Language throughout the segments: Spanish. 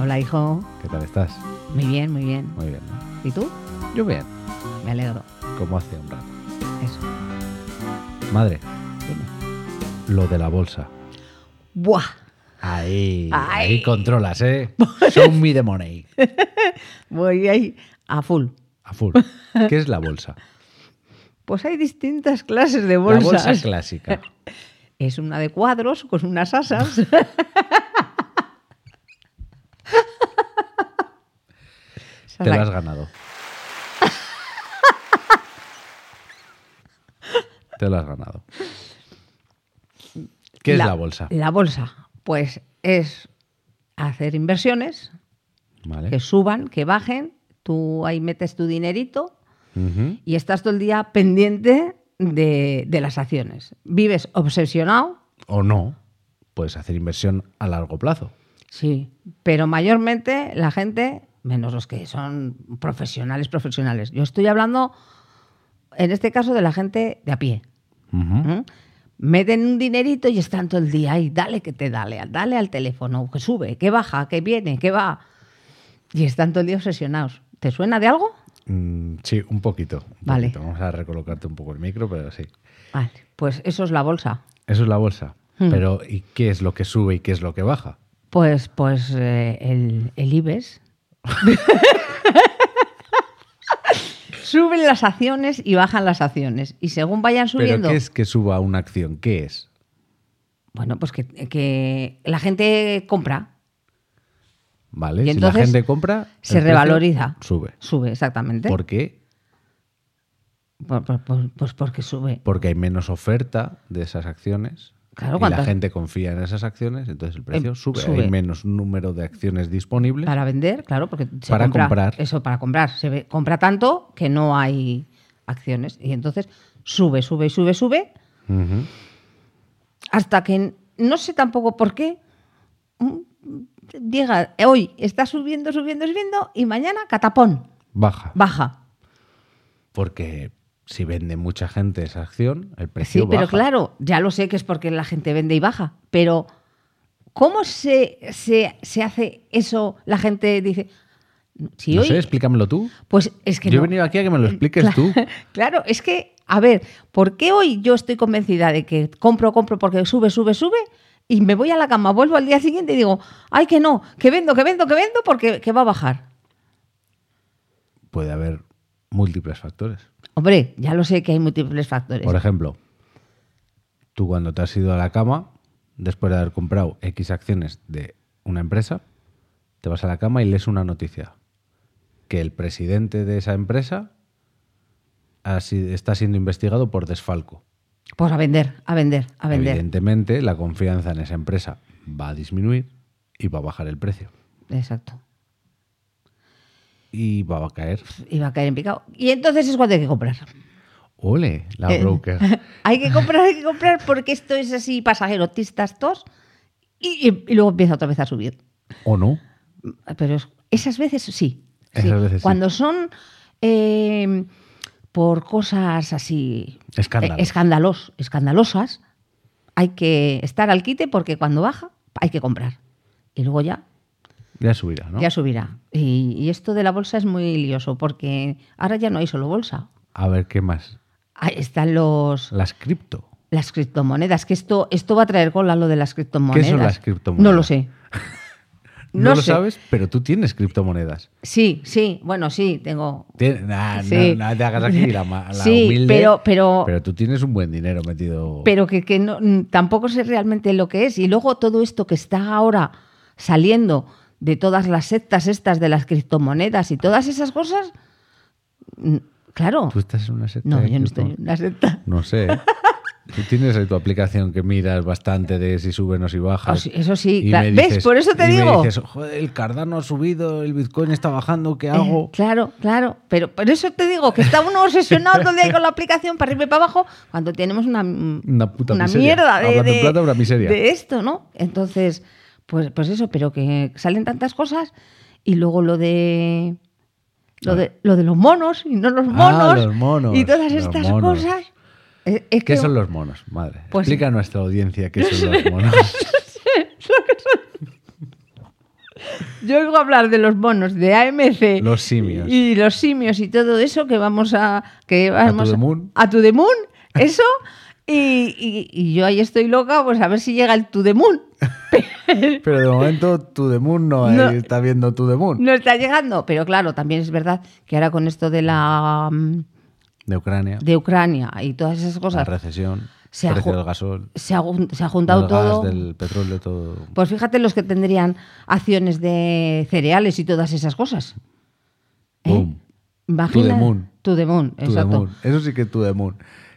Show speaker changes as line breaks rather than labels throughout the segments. Hola, hijo.
¿Qué tal estás?
Muy bien, muy bien.
Muy bien, ¿no?
¿Y tú?
Yo bien,
Me alegro.
como hace un rato.
Eso.
Madre,
Dime.
lo de la bolsa.
Buah.
Ahí,
Ay.
ahí controlas, ¿eh? Show me the money.
Voy ahí a full.
A full. ¿Qué es la bolsa?
Pues hay distintas clases de
La
bolsas.
bolsa clásica.
Es una de cuadros con unas asas. Esa
Te la
es la-
has ganado. Te lo has ganado. ¿Qué es la bolsa?
La eh, bolsa, pues es hacer inversiones que
Vale.
suban, que bajen. Tú ahí metes tu dinerito
Ujú.
y estás todo el día pendiente de, de las acciones. Vives obsesionado,
O no, puedes hacer inversión a largo plazo.
sí, pero mayormente la gente, menos los que son profesionales, profesionales. Yo estoy hablando, en este caso, de la gente de a pie.
Ujú.
¿Mm? Meten un dinerito y están todo el día ahí, dale que te dale, dale al teléfono, que sube, que baja, que viene, que va. Y están todo el día obsesionados. ¿Te suena de algo?
Mm, sí, un poquito. un
Vale.
poquito. Vamos a recolocarte un poco el micro, pero sí.
Vale, pues eso es la bolsa.
Eso es la bolsa.
Hmm.
Pero ¿y qué es lo que sube y qué es lo que baja?
Pues, pues eh, el, el IBEX. Suben las acciones y bajan las acciones. Y según vayan
¿Pero
subiendo,
qué es que suba una acción? ¿Qué es?
bueno, pues que, que la gente compra,
¿Vale?
Y
si
entonces
la gente compra, el
se
precio
revaloriza.
Sube.
Sube, exactamente.
¿Por qué?
Por- por- por- pues porque sube.
Porque hay menos oferta de esas acciones.
Claro,
y
cuantas-
la gente confía en esas acciones, entonces el precio
Em,
sube.
sube.
Hay menos número de acciones disponibles.
Para vender, claro, porque se
Para
compra-
comprar.
Eso, para comprar. Se ve- compra tanto que no hay acciones. Y entonces sube, sube, sube, sube,
Ujú.
hasta que n- no sé tampoco por qué. mm, Llega, eh, hoy está subiendo, subiendo, subiendo, y mañana catapón,
Baja.
baja.
Porque si vende mucha gente esa acción, el
Sí,
precio
pero
baja.
claro, ya lo sé que es porque la gente vende y baja, pero ¿cómo se, se, se hace eso? La gente dice, si
No
hoy,
sé, explícamelo tú.
pues es que
yo
no.
he venido aquí a que me lo expliques tú.
Claro, es que, a ver, ¿por qué hoy yo estoy convencida de que compro, compro porque sube, sube, sube? Y me voy a la cama, vuelvo al día siguiente y digo, ay, que no, que vendo, que vendo, que vendo porque que va a bajar.
Puede haber múltiples factores.
Hombre, ya lo sé que hay múltiples factores.
Por ejemplo, tú cuando te has ido a la cama, después de haber comprado X acciones de una empresa, te vas a la cama y lees una noticia. Que el presidente de esa empresa ha si- está siendo investigado por desfalco.
Pues a vender, a vender, a vender.
Evidentemente, la confianza en esa empresa va a disminuir y va a bajar el precio.
Exacto.
Y va a caer.
Y va a caer en picado. Y entonces es cuando hay que comprar.
Ole, la
Eh,
broker.
hay que comprar, hay que comprar porque esto es así pasajero, tistas, tos, y, y- y luego empieza otra vez a subir.
¿O no?
Pero es- esas veces sí.
Esas
sí.
veces sí.
Cuando son eh, por cosas así
Escándalos.
eh, escandalos- escandalosas, hay que estar al quite porque cuando baja hay que comprar. Y luego ya,
Ya subirá, ¿no?
ya subirá. Y, y esto de la bolsa es muy lioso porque ahora ya no hay solo bolsa.
A ver, ¿qué más?
Ah, Están los
Las cripto.
las criptomonedas, que esto, esto va a traer cola lo de las criptomonedas.
las criptomonedas?
No lo sé.
No, lo
sé.
sabes, pero tú tienes criptomonedas.
Sí, sí, bueno, sí, tengo
Tien- nah,
Sí.
no, no te hagas aquí la, ma- la
Sí,
humilde,
pero- pero-
pero tú tienes un buen dinero metido.
pero que, que no, mm, tampoco sé realmente lo que es. Y luego todo esto que está ahora saliendo de todas las sectas estas de las criptomonedas y todas esas cosas, mm, claro.
tú estás en una secta.
No,
de
yo no
cripto-
estoy en una secta.
No sé. Tú tienes ahí tu aplicación que miras bastante de si suben o si bajan.
Ah, sí, eso sí,
Y
claro.
me
¿Ves?
dices-
Por eso te
y me
digo.
dices, "Joder, el Cardano ha subido, el Bitcoin está bajando, ¿qué
Eh,
hago?
claro, claro. Pero por eso te digo que está uno obsesionado todo el día con la aplicación para arriba y para abajo cuando tenemos una,
Una puta
una
miseria.
mierda de,
Hablando en
de-
plata, una miseria.
de esto, ¿no? Entonces, pues, pues eso, pero que salen tantas cosas y luego lo de. Lo de, lo de los monos y no los monos,
Ah. los monos,
y todas
los
estas
monos.
cosas. Es, es
¿Qué
que
son los monos? Madre,
este Pues-
explica a nuestra audiencia qué son los monos.
Yo oigo hablar de los bonos de AMC
Los simios.
y los simios y todo eso que vamos a que
to
vamos
the moon.
a to the moon, eso y, y- y yo ahí estoy loca, pues a ver si llega el to the moon.
Pero de momento, To The Moon no, ahí
No.
está viendo To The Moon.
No está llegando, pero claro, también es verdad que ahora con esto de la mm,
De Ucrania,
de Ucrania y todas esas
la
cosas
recesión,
Se ha
precio
ju-
del gasol,
se ha, jun- se ha
del
juntado todo.
gas, del petróleo, todo.
Pues fíjate los que tendrían acciones de cereales y todas esas cosas. ¿Eh?
Boom.
Imagina,
To the moon.
To the moon,
To the
exacto.
moon. Eso sí que es To The Moon.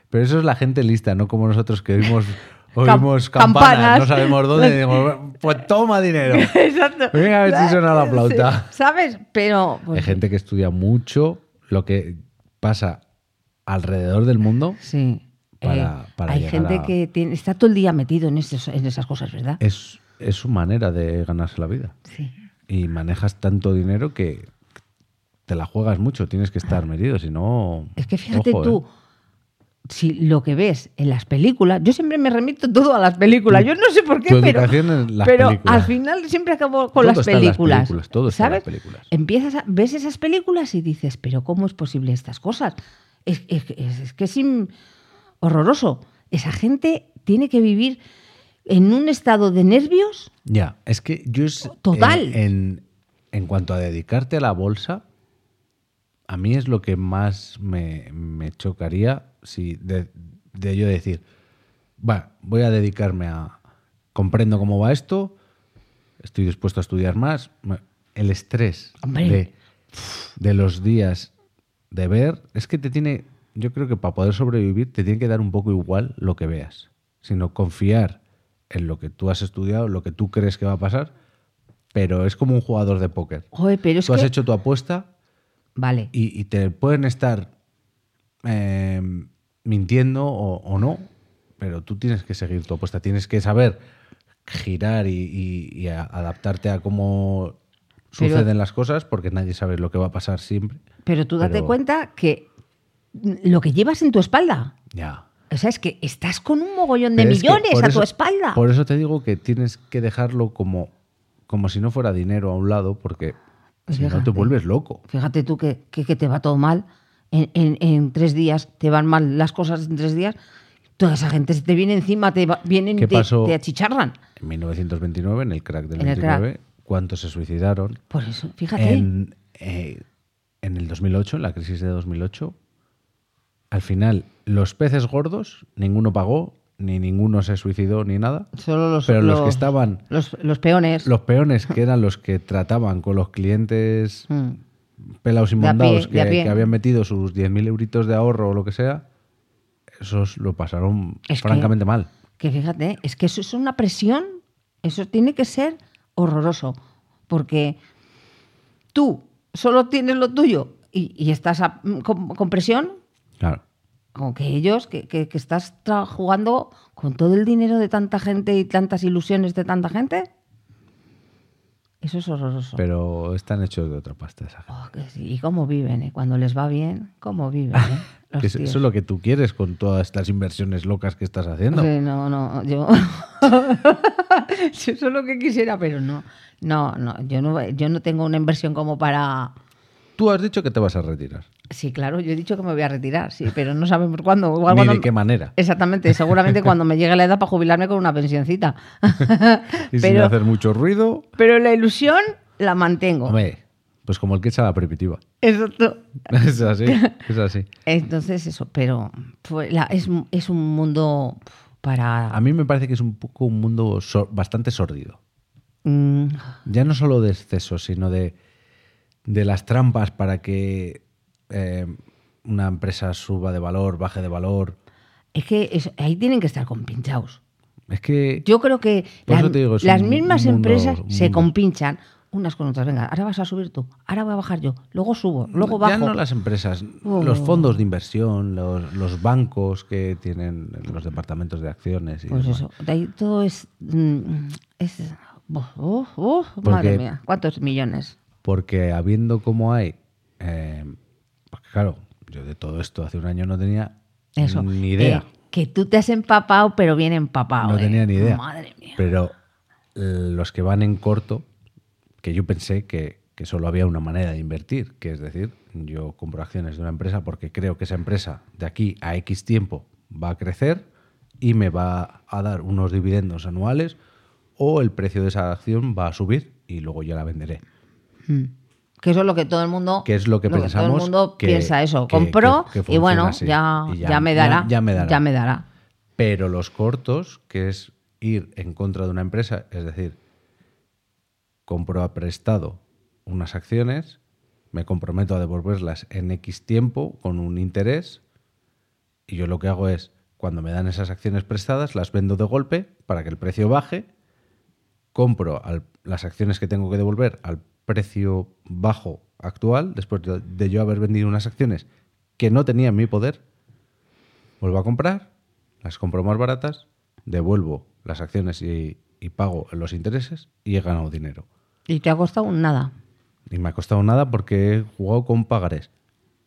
Pero eso es la gente lista, no como nosotros que oímos,
Cam-
oímos campanas,
campanas.
no sabemos dónde, y decimos, pues toma dinero.
Exacto.
Pues Venga, a ver si suena la
Sí,
flauta.
¿Sabes? Pero. pues,
Hay gente que estudia mucho lo que pasa alrededor del mundo.
Sí.
para-
Eh,
para
hay
llegar
gente
a- Eh,
que tiene- está todo el día metido en, esos- en esas cosas, ¿verdad?
Es, es su manera de ganarse la vida.
Sí.
Y manejas tanto dinero que te la juegas mucho, tienes que estar metido, si no...
Es que fíjate
ojo, ¿eh?
tú. Si lo que ves en las películas, yo siempre me remito todo a las películas.
Tu-
Yo no sé por qué,
tu
pero,
educación es las
pero
películas.
al final siempre acabo
Todo
con las
está en las
películas.
películas, todo está en las
¿sabes?
películas.
Empiezas a- ves esas películas y dices, pero ¿cómo es posible estas cosas? Es, es- es- es que es im- horroroso. Esa gente tiene que vivir en un estado de nervios.
Ya, es que yo es...
Oh, Total.
En, en- en cuanto a dedicarte a la bolsa, a mí es lo que más me, me chocaría si de, de yo decir, va, voy a dedicarme a... Comprendo cómo va esto, estoy dispuesto a estudiar más. Me- El estrés
Hombre.
de, de los días de ver, es que te tiene, yo creo que para poder sobrevivir te tiene que dar un poco igual lo que veas, sino confiar en lo que tú has estudiado, lo que tú crees que va a pasar, pero es como un jugador de póker.
Joder, pero es
tú has
que...
hecho tu apuesta
Vale.
y, y te pueden estar eh, mintiendo o, o no, pero tú tienes que seguir tu apuesta, tienes que saber girar y, y- y a- adaptarte a cómo
Pero-
suceden las cosas, porque nadie sabe lo que va a pasar siempre.
Pero tú date
pero-
cuenta que lo que llevas en tu espalda.
Ya.
O sea, es que estás con un mogollón de
Pero es que
millones
por
a
eso-
tu espalda.
Por eso te digo que tienes que dejarlo como, como si no fuera dinero a un lado, porque si no
Fíjate.
te vuelves loco.
Fíjate tú que, que- que te va todo mal en, en- en tres días, te van mal las cosas en tres días, toda esa gente se te viene encima, te va- vienen y
¿Qué
te,
pasó?
te achicharran.
En 1929, en el crack del
En el crack.
29, ¿cuántos se suicidaron?
Por eso, fíjate.
En, eh, en el 2008, en la crisis de 2008, al final los peces gordos, ninguno pagó, ni ninguno se suicidó, ni nada.
Solo los,
Pero los que estaban,
los- los peones.
los peones, que eran los que trataban con los clientes
Mm.
pelados y
De a pie,
mondados
de a
que,
pie.
que habían metido sus 10.000 euritos de ahorro o lo que sea, esos lo pasaron
Es que-
francamente mal.
Que fíjate, es que eso es una presión, eso tiene que ser horroroso, porque tú solo tienes lo tuyo y, y estás a- con- con presión,
Claro.
aunque ellos, que, que- que estás tra- jugando con todo el dinero de tanta gente y tantas ilusiones de tanta gente, eso es horroroso.
Pero están hechos de otra pasta esa gente.
Oh, que sí, Y cómo viven, ¿eh? cuando les va bien, cómo viven. ¿eh? Los
Que es-
tíos.
eso es lo que tú quieres con todas estas inversiones locas que estás haciendo.
Sí, no, no, yo... yo eso es lo que quisiera, pero no. No, no, yo no, yo no tengo una inversión como para...
Tú has dicho que te vas a retirar.
Sí, claro, yo he dicho que me voy a retirar, sí, pero no Eh, sabemos cuándo. Igual
Ni
cuando-
de qué manera.
Exactamente, seguramente cuando me llegue la edad para jubilarme con una pensioncita.
Y sin
pero,
hacer mucho ruido.
pero la ilusión la mantengo.
Hombre, pues como el que echa la primitiva.
Exacto.
Es así, es así.
Entonces eso, pero fue la- es, es un mundo
A
para...
mí me parece que es un poco un mundo sor- bastante sordido.
Mm,
Ya no solo de excesos, sino de, de las trampas para que eh, una empresa suba de valor, baje de valor.
es que es- ahí tienen que estar compinchados.
Es que
Yo creo que
Por
las,
eso te digo, es
las
un
mismas
mundo-
empresas
un
se
mundo.
compinchan unas con otras. Venga, ahora vas a subir tú, ahora voy a bajar yo, luego subo, luego
ya
bajo.
no las empresas,
Oh.
los fondos de inversión, los, los bancos que tienen los departamentos de acciones. Y
Pues
demás.
eso, de ahí todo es. mm, es uf, uf, uf,
Porque-
madre mía, ¿cuántos millones?
Porque habiendo como hay, eh, porque claro, yo de todo esto hace un año no tenía
Eso.
ni idea.
Eh, que tú te has empapado, pero bien empapado.
no
eh.
tenía ni idea.
Madre mía.
Pero eh, los que van en corto, que yo pensé que, que solo había una manera de invertir, que es decir, yo compro acciones de una empresa porque creo que esa empresa de aquí a X tiempo va a crecer y me va a dar unos dividendos anuales o el precio de esa acción va a subir y luego ya la venderé.
Que eso es lo que todo el mundo,
Que es lo que pensamos.
todo el mundo
que-
piensa eso.
que-
Compró
que- que
y
funciona
bueno,
así.
ya,
Y
ya me dará,
Ya, me dará.
ya me dará.
Pero los cortos, que es ir en contra de una empresa, es decir, compro a prestado unas acciones, me comprometo a devolverlas en X tiempo con un interés, y yo lo que hago es, cuando me dan esas acciones prestadas, las vendo de golpe para que el precio baje, compro al- las acciones que tengo que devolver al precio bajo actual, después de, de yo haber vendido unas acciones que no tenía en mi poder, vuelvo a comprar, las compro más baratas, devuelvo las acciones y, y pago los intereses y he ganado dinero.
Y te ha costado un nada.
Y me ha costado nada porque he jugado con pagarés.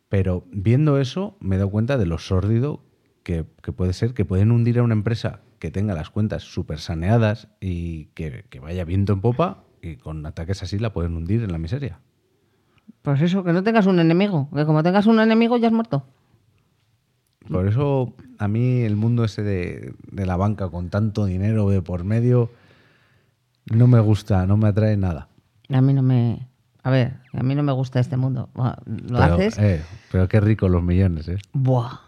Pero viendo eso me he dado cuenta de lo sórdido que, que puede ser, que pueden hundir a una empresa que tenga las cuentas súper saneadas y que, que vaya viento en popa y con ataques así la pueden hundir en la miseria.
Pues eso, que no tengas un enemigo, que como tengas un enemigo ya has muerto.
Por eso a mí el mundo ese de, de la banca con tanto dinero de por medio no me gusta, no me atrae nada.
A mí no me. A ver, a mí no me gusta este mundo. Buah, Lo
pero,
haces.
eh, pero qué rico los millones, ¿eh?
Buah.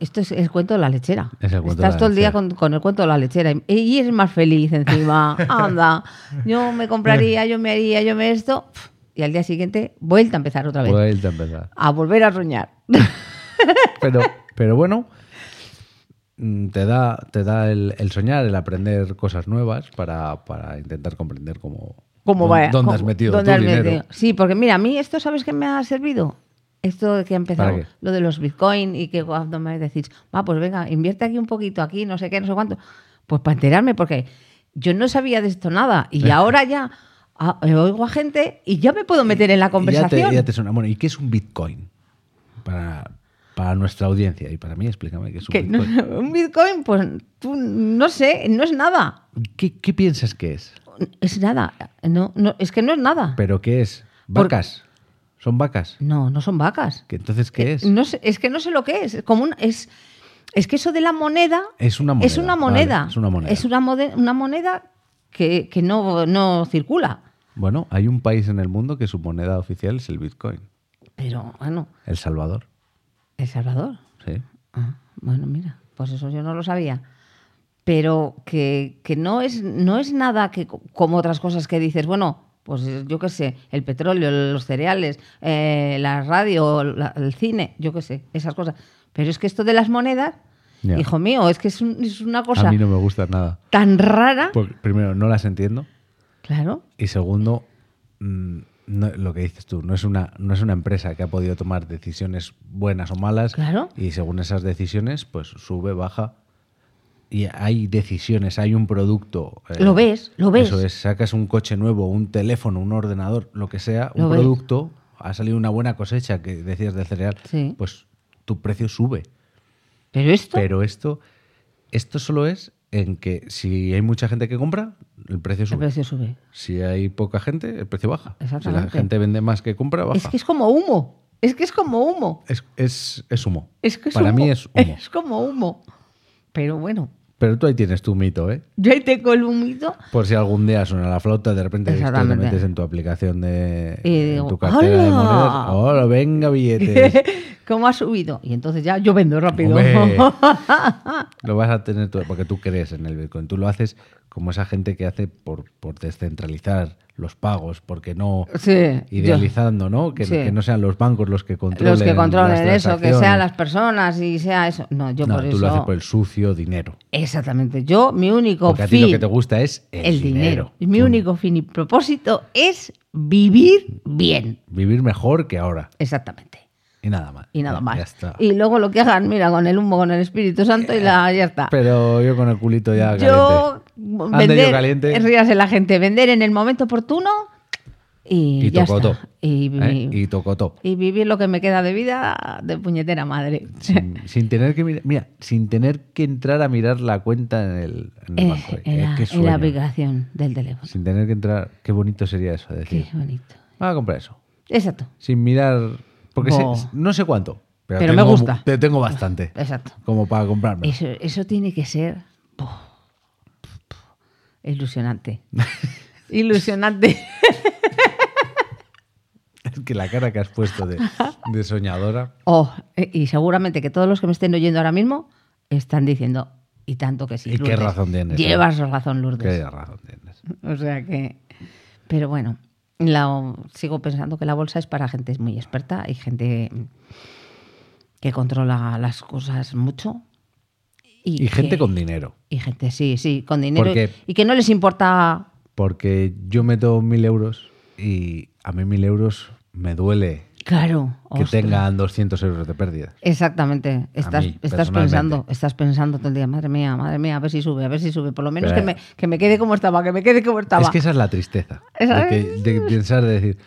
Esto es el cuento de la lechera.
Es el cuento de
Estás
la
todo el día
lechera.
con, con el cuento de la lechera y, y eres más feliz encima. Anda, yo me compraría, yo me haría, yo me esto. Pf, Y al día siguiente, vuelta a empezar otra vez.
Vuelta a empezar.
A volver a soñar.
Pero, pero bueno, mm, te da, te da el, el soñar, el aprender cosas nuevas para, para intentar comprender cómo,
Como
dó-
vaya.
dónde
como-
has metido
dónde
tu
has
dinero.
metido. Sí, porque mira, a mí esto, ¿sabes qué me ha servido? Esto de que ha empezado,
qué?
lo de los bitcoin y que cuando me decís, va, pues venga, invierte aquí un poquito, aquí, no sé qué, no sé cuánto. Pues para enterarme, porque yo no sabía de esto nada y ahora ya ah, oigo a gente y ya me puedo meter en
Y
la
ya te-
conversación.
Ya te, suena. Bueno, ¿y qué es un Bitcoin? Para, para nuestra audiencia y para mí, explícame qué es un
Que no-
Bitcoin.
un bitcoin, pues tú no sé, no es nada.
¿Qué, qué piensas que es?
Es nada. No, no, es que no es nada.
¿Pero qué es?
Por-
¿Vacas? ¿Son vacas?
No, no son vacas.
¿Que Entonces, ¿qué es?
Eh, No sé- es que no sé lo que es. Es como un- es, es que eso de la moneda
Es una moneda.
es una
vale,
moneda.
es una moneda.
Es una mode- una moneda que, que no, no circula.
Bueno, hay un país en el mundo que su moneda oficial es el Bitcoin.
Pero bueno,
El Salvador.
El Salvador.
Sí.
Ah, bueno, mira, pues eso yo no lo sabía. Pero que, que no, es, no es nada que co- como otras cosas que dices, bueno, pues yo qué sé, el petróleo, los cereales, eh, la radio, la- el cine, yo qué sé, esas cosas. Pero es que esto de las monedas,
Ya.
hijo mío, es que es, un- es una cosa
A mí no me gusta nada.
tan rara.
Porque, primero, no las entiendo.
claro.
Y segundo, mm, no- lo que dices tú, no es, una, no es una empresa que ha podido tomar decisiones buenas o malas.
Claro.
Y según esas decisiones, pues sube, baja. Y hay decisiones, hay un producto. eh,
Lo ves, lo ves.
Eso es, sacas un coche nuevo, un teléfono, un ordenador, lo que sea,
Lo
un
ves.
producto, ha salido una buena cosecha que decías del cereal,
Sí.
pues tu precio sube.
Pero esto,
Pero esto, esto solo es en que si hay mucha gente que compra, el precio
el
sube.
precio sube.
Si hay poca gente, el precio baja. Si la
Exactamente.
gente vende más que compra, baja.
Es que es como humo. Es que es como humo.
Es, es- es humo.
Es que es
Para mí
humo.
es humo.
Es como humo. Pero bueno,
Pero tú ahí tienes tu mito, ¿eh?
yo ahí tengo el humito
Por si algún día suena la flauta, de repente dices, te
Exactamente.
metes en tu aplicación de
Y
en
digo,
tu cartera de
¡Hala!
monedas. ¡Hola, venga, billetes!
¿Cómo ha subido? Y entonces ya yo vendo rápido.
Hombre. lo vas a tener tú, porque tú crees en el Bitcoin. Tú lo haces como esa gente que hace por, por descentralizar los pagos, porque no
sí.
idealizando, ¿no? Que,
Sí.
que no sean los bancos los que
yo-
controlen.
los que
las
controlen eso, que sean
transacciones.
las personas y sea eso. No, yo
No,
por
tú
eso.
lo haces por el sucio dinero.
Exactamente. Yo, mi único
Porque a ti
fin.
lo que te gusta es el,
el dinero. Y Mi
Punto.
único fin y propósito es vivir bien.
Vivir mejor que ahora.
Exactamente.
Y nada más.
Y nada
Ya-
más.
ya está.
Y luego lo que hagan, mira, con el humo, con el Espíritu Santo y la, ya está.
Pero yo con el culito ya
yo
caliente. Ande yo
vender,
caliente.
ríase la gente, vender en el momento oportuno Y,
Y
ya
tocotó.
está. Y,
¿eh?
vi-
Y tocotó.
y vivir lo que me queda de vida de puñetera madre.
Sin, sin tener que mirar, mira, sin tener que entrar a mirar la cuenta en el, en el
Eh,
banco. Es
en la-
que
en la
sueño.
aplicación del teléfono.
Sin tener que entrar, qué bonito sería eso, decir,
Qué bonito.
voy a comprar eso.
Exacto,
Sin mirar, porque sé-
Bo.
no sé cuánto, pero,
Pero me
tengo
gusta.
mu- Te tengo bastante
exacto.
como para comprarme.
Eso, eso tiene que ser puf, puf, puf, ilusionante. ilusionante.
Es que la cara que has puesto de, de soñadora.
Oh, eh, y seguramente que todos los que me estén oyendo ahora mismo están diciendo, y tanto que sí.
¿Y qué
Lourdes.
razón tienes, eh?
Llevas razón, Lourdes.
Qué razón tienes.
O sea que. Pero bueno, la- sigo pensando que la bolsa es para gente muy experta y gente que controla las cosas mucho.
Y gente
que-
con dinero.
Y gente, sí, sí, con dinero.
Porque-
Y que no les importa.
Porque yo meto mil euros y a mí mil euros me duele
Claro.
que
ostras.
tengan 200 euros de pérdida.
Exactamente, estás,
mí,
estás
personalmente.
pensando, estás pensando todo el día, madre mía, madre mía, a ver si sube, a ver si sube, por lo menos
Pero-
que, me, que me quede como estaba, que me quede como estaba.
Es que esa es la tristeza.
Esa
De, que- de pensar, de decir,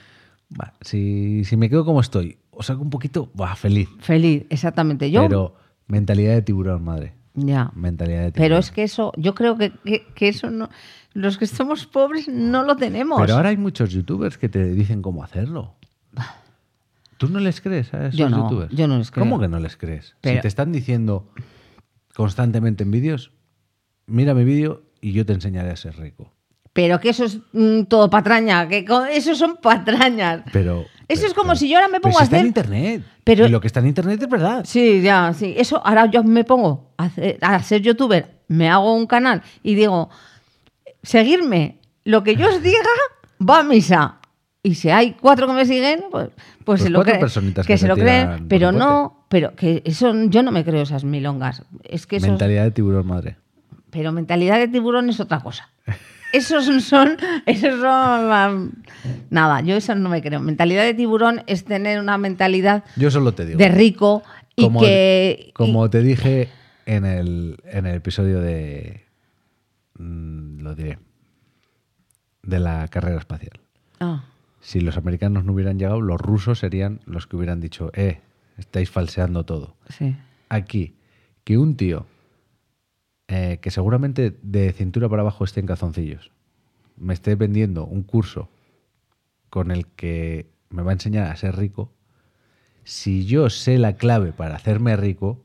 "Va, si, si me quedo como estoy, o saco un poquito, va, feliz.
Feliz, exactamente. Yo,
Pero mentalidad de tiburón, madre.
ya.
Mentalidad de tiburón.
Pero es que eso, yo creo que, que- que eso no, los que somos pobres no lo tenemos.
Pero ahora hay muchos youtubers que te dicen cómo hacerlo. ¿Tú no les crees a esos
Yo no,
youtubers?
yo no les creo.
¿Cómo que no les crees?
Pero-
Si te están diciendo constantemente en vídeos, mira mi vídeo y yo te enseñaré a ser rico.
Pero que eso es mm, todo patraña, que co- eso son patrañas.
Pero.
Eso
pero-
es como
pero-
si yo ahora
pero
me pongo
si
a
está en
hacer-
internet.
Pero-
y lo que está en internet es verdad.
Sí, ya, sí. Eso, ahora yo me pongo a, hacer- a ser youtuber, me hago un canal y digo, seguirme, lo que yo os diga va a misa. Y si hay cuatro que me siguen, pues, pues, se lo
cuatro
creen.
personitas
que,
que
se
te
lo
tiran
creen,
por
pero
el
no, pero que eso yo no me creo esas milongas. Es que eso,
Mentalidad de tiburón, madre.
pero mentalidad de tiburón es otra cosa. Esos son, esos son um, nada, yo eso no me creo. Mentalidad de tiburón es tener una mentalidad
Yo solo te digo.
de rico y
como,
que y-
como te dije en el, en el episodio de. mm, Lo diré. De la carrera espacial.
Ah,
Si los americanos no hubieran llegado, los rusos serían los que hubieran dicho: eh, estáis falseando todo.
sí.
Aquí, que un tío. eh, que seguramente de cintura para abajo esté en cazoncillos. Me esté vendiendo un curso con el que me va a enseñar a ser rico. Si yo sé la clave para hacerme rico,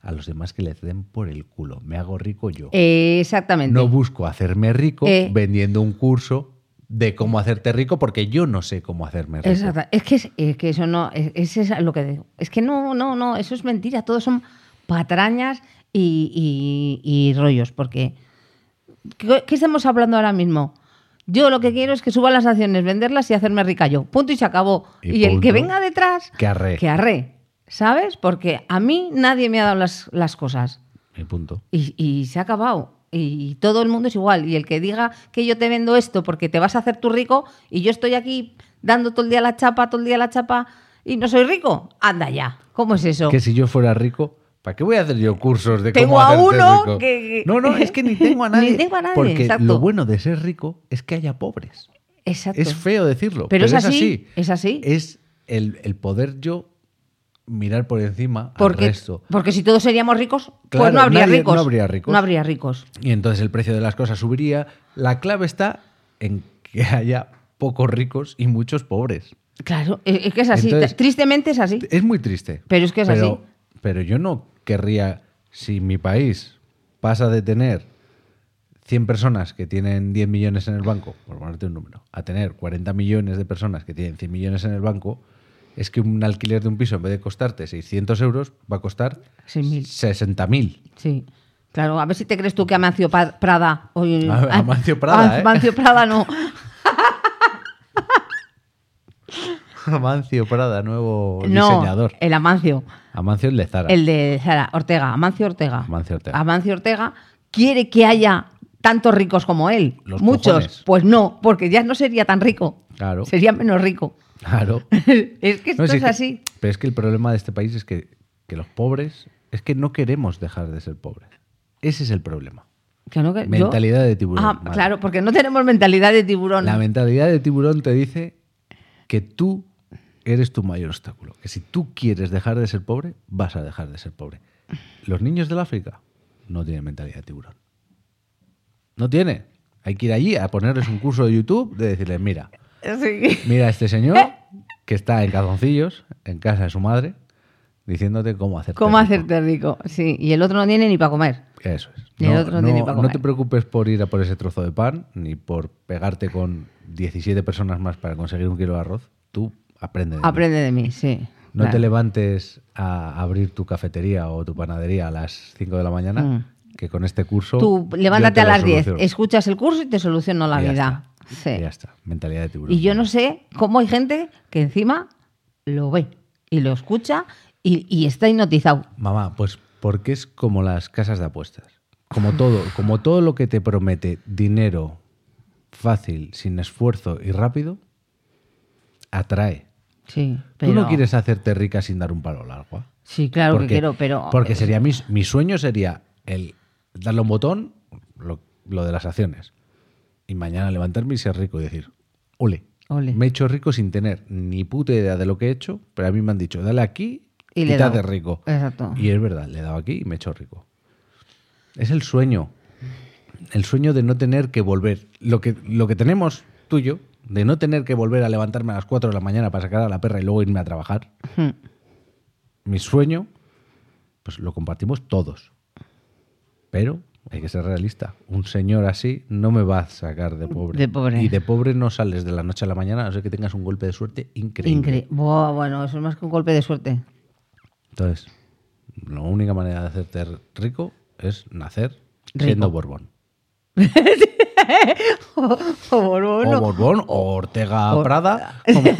a los demás que les den por el culo. Me hago rico yo.
Eh, exactamente.
No busco hacerme rico
Eh.
vendiendo un curso de cómo hacerte rico porque yo no sé cómo hacerme rico.
Exacta- Es que, es, es que eso no, es, es esa- lo que digo. Es que no, no, no, eso es mentira. Todos son patrañas y, y- y rollos. Porque, ¿qué, qué estamos hablando ahora mismo? Yo lo que quiero es que suban las acciones, venderlas y hacerme rica yo. Punto y se acabó.
Y
Y, el que
punto.
venga detrás,
Que arre.
que arre. ¿Sabes? Porque a mí nadie me ha dado las, las cosas.
Y punto.
Y, y se ha acabado. Y todo el mundo es igual. Y el que diga que yo te vendo esto porque te vas a hacer tú rico y yo estoy aquí dando todo el día la chapa, todo el día la chapa y no soy rico, anda ya. ¿Cómo es eso?
Que si yo fuera rico, ¿para qué voy a hacer yo cursos de
Tengo
cómo
a
hacerte
uno
rico?
que-
No, no, es que ni tengo a
Ni
nadie.
tengo a nadie,
porque
exacto.
lo bueno de ser rico es que haya pobres.
Exacto.
Es feo decirlo, pero,
Pero es
es
así,
así.
es así.
Es el, el poder yo mirar por encima
porque,
al resto.
porque si todos seríamos ricos, pues
Claro,
no habría,
nadie-
ricos.
no habría ricos.
No habría ricos.
Y entonces el precio de las cosas subiría. La clave está en que haya pocos ricos y muchos pobres.
Claro, e-, es es que es así.
Entonces-
Tristemente es así.
Es muy triste.
Pero es que es así.
Pero yo no querría, si mi país pasa de tener 100 personas que tienen 10 millones en el banco, por ponerte un número, a tener 40 millones de personas que tienen 100 millones en el banco, es que un alquiler de un piso, en vez de costarte 600 euros, va a costar
6.000.
60.000.
Sí. Claro, a ver si te crees tú que Amancio Pa- Prada. o-
A- Amancio Prada, ¿eh?
Amancio Prada no.
Amancio Prada, nuevo
no,
diseñador.
el Amancio.
Amancio Lezara.
El de Zara, Ortega, Amancio Ortega.
Amancio Ortega.
Amancio Ortega quiere que haya tantos ricos como él.
Los
Muchos.
cojones.
Pues no, porque ya no sería tan rico.
Claro.
Sería menos rico.
Claro.
es que esto
No, si
es,
que-
así.
pero es que el problema de este país es que, que los pobres, es que no queremos dejar de ser pobres. Ese es el problema.
Que no, que yo-
Mentalidad de tiburón.
Ah,
madre.
claro, porque no tenemos mentalidad de tiburón.
La mentalidad de tiburón te dice que tú eres tu mayor obstáculo. Que si tú quieres dejar de ser pobre, vas a dejar de ser pobre. Los niños del África no tienen mentalidad de tiburón. No tiene. Hay que ir allí a ponerles un curso de YouTube de decirles, mira,
Sí.
mira a este señor
¿Eh?
que está en calzoncillos, en casa de su madre, diciéndote cómo hacerte.
¿Cómo
rico".
hacerte rico? Sí, y el otro no tiene ni para comer.
Eso es.
Y el otro no tiene pa'
no
comer.
te preocupes por ir a por ese trozo de pan, ni por pegarte con 17 personas más para conseguir un kilo de arroz. Tú aprende. de mí.
Aprende de mí, sí.
No
claro.
te levantes a abrir tu cafetería o tu panadería a las 5 de la mañana,
Mm.
que con este curso.
Tú
yo
levántate
te
a
lo
las 10,
soluciono.
escuchas el curso y te soluciono la
Y ya
vida.
está.
Sí.
Y ya está. Mentalidad de tiburón.
Y yo no sé cómo hay gente que encima lo ve y lo escucha y, y está hipnotizado.
Mamá, pues porque es como las casas de apuestas. Como todo, como todo lo que te promete dinero fácil, sin esfuerzo y rápido, atrae.
Sí, pero...
Tú no quieres hacerte rica sin dar un palo al agua.
Sí, claro
Porque-
que quiero, pero...
Porque sería mis- mi, sueño sería el darle un botón, lo, lo de las acciones, y mañana levantarme y ser rico y decir, ole,
Ole.
me he hecho rico sin tener ni puta idea de lo que he hecho, pero a mí me han dicho, dale aquí
Y
y,
le he
te
dado.
haces rico.
Exacto.
Y es verdad, le he dado aquí y me he hecho rico. Es el sueño. El sueño de no tener que volver. Lo que, lo que tenemos tuyo, de no tener que volver a levantarme a las 4 de la mañana para sacar a la perra y luego irme a trabajar.
Hmm.
Mi sueño, pues lo compartimos todos. Pero hay que ser realista. Un señor así no me va a sacar de pobre.
De pobre.
Y de pobre no sales de la noche a la mañana, a no ser que tengas un golpe de suerte increíble.
Incre- Buah, bueno, eso es más que un golpe de suerte.
Entonces, la única manera de hacerte rico es nacer
Rico.
siendo Borbón.
O Borbón,
O
no.
Borbón o Ortega
Or-
Prada. como-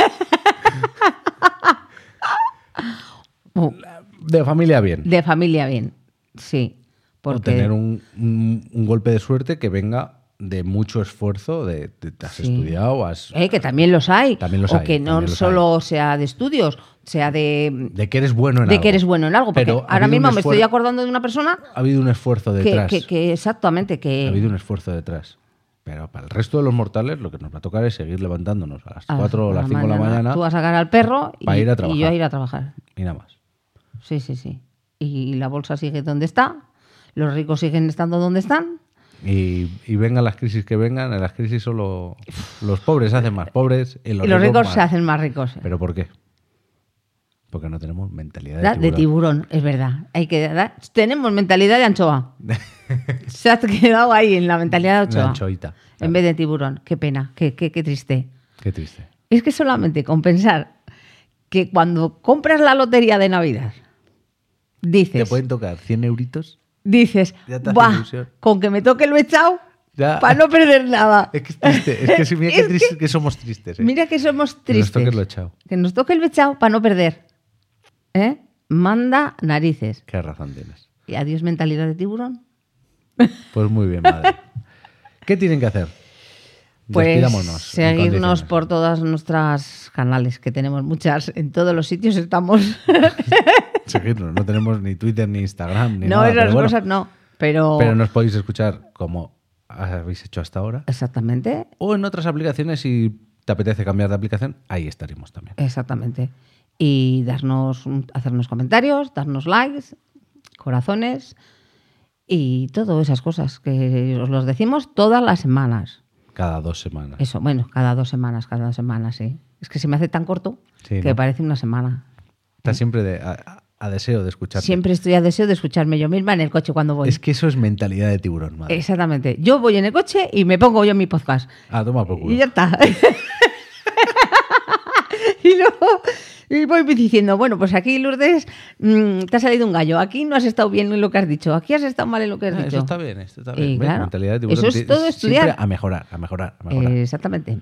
O-
de familia bien.
De familia bien, sí.
O
Porque
tener un, un- un golpe de suerte que venga de mucho esfuerzo, de, de- te has
Sí.
estudiado, has,
Eh, que también los hay.
También los
o
hay,
que no
también los
solo sea de estudios, sea de,
de que eres bueno en
de
algo.
que eres bueno en algo. Porque
Pero ha
ahora
habido un
mismo me estoy
esfuer-
acordando de una persona
Ha habido un esfuerzo
que,
detrás.
que- que exactamente
Ha
que...
habido un esfuerzo detrás. Pero para el resto de los mortales lo que nos va a tocar es seguir levantándonos a las
a
4 o las 5 de la mañana
Ah, Tú vas a sacar al perro y,
para ir a
y
trabajar.
yo a ir a trabajar.
y nada más.
Sí, sí, sí. Y la bolsa sigue donde está, los ricos siguen estando donde están.
Y, y vengan las crisis que vengan, en las crisis solo los pobres se hacen más pobres y los,
y los ricos se
más.
hacen más ricos.
¿Pero por qué? Porque no tenemos mentalidad
Da-
de
de
tiburón.
tiburón, es verdad. Hay que dar- Tenemos mentalidad de anchoa. Se ha quedado ahí en la mentalidad de
Una
anchoa.
anchoita.
En vez de tiburón. Qué pena, qué, qué, qué triste.
Qué triste.
Es que solamente con pensar que cuando compras la lotería de Navidad,
Te
dices,
pueden tocar 100 euritos.
dices,
Ya te hace
"Buah,
ilusión".
con que me toque lo he echado
Ya.
para no perder nada.
Es que es triste. Es que sí, mira qué
Es que-
triste que somos tristes. eh.
Mira que somos
Que nos
tristes.
toque lo echado.
Que nos toque el echado para no perder. ¿Eh? Manda narices.
Qué razón tienes.
Y adiós mentalidad de tiburón.
Pues muy bien, madre. ¿Qué tienen que hacer?
Pues
Despidámonos en
seguirnos
condiciones.
por todas nuestras canales, que tenemos muchas, en todos los sitios estamos.
Seguirnos. No tenemos ni Twitter, ni Instagram, ni
no,
nada.
esas
pero bueno,
cosas no, pero...
Pero nos podéis escuchar como habéis hecho hasta ahora.
Exactamente,
O en otras aplicaciones, si te apetece cambiar de aplicación, ahí estaremos también.
exactamente. Y darnos, un- hacernos comentarios, darnos likes, corazones y todas esas cosas que os los decimos todas las semanas.
Cada dos semanas.
Eso, bueno, cada dos semanas, cada dos semanas, sí. Es que se me hace tan corto
Sí,
que
¿no?
parece una semana.
Está siempre de- a, a deseo de escuchar.
Siempre estoy a deseo de escucharme yo misma en el coche cuando voy.
Es que eso es mentalidad de tiburón, madre.
Exactamente. Yo voy en el coche y me pongo yo mi podcast.
Ah, toma por culo.
Y ya está. y luego y voy diciendo, bueno, pues aquí Lourdes, mm, te ha salido un gallo. Aquí no has estado bien en lo que has dicho. Aquí has estado mal en lo que has
Ah,
dicho.
eso está bien, esto está
Y
bien. Ven,
claro,
mentalidad de tiburón.
eso es
Ti-
todo
siempre
estudiar.
A mejorar, a mejorar, a mejorar.
Eh, exactamente.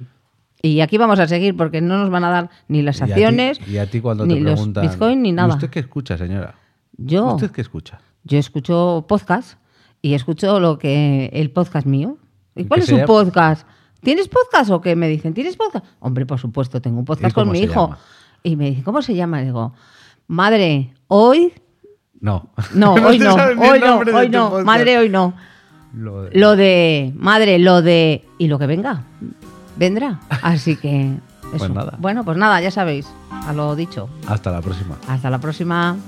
Y aquí vamos a seguir porque no nos van a dar ni las
Y a ti-
acciones,
Y a ti cuando
ni
te
los
preguntan.
bitcoin, ni
"¿Y
nada.
¿Usted qué escucha, señora?
Yo,
¿Usted qué escucha?
yo escucho podcast y escucho lo que el podcast mío. ¿Y
Que
cuál es
se
su
llama-
podcast? ¿Tienes podcast o qué? Me dicen, ¿tienes podcast? Hombre, por supuesto, tengo un podcast con
cómo
mi
se
hijo.
llama?
Y me dicen, ¿cómo se llama? Y digo, madre, hoy.
No.
No, hoy
te
no,
sabes ni el
hoy no,
nombre de
hoy
tu
no,
podcast.
madre, hoy no.
Lo de-
Lo de, madre, lo de. Y lo que venga, vendrá. Así que
Eso.
nada.
Bueno, pues nada, ya sabéis. A lo dicho.
Hasta la próxima.
Hasta la próxima.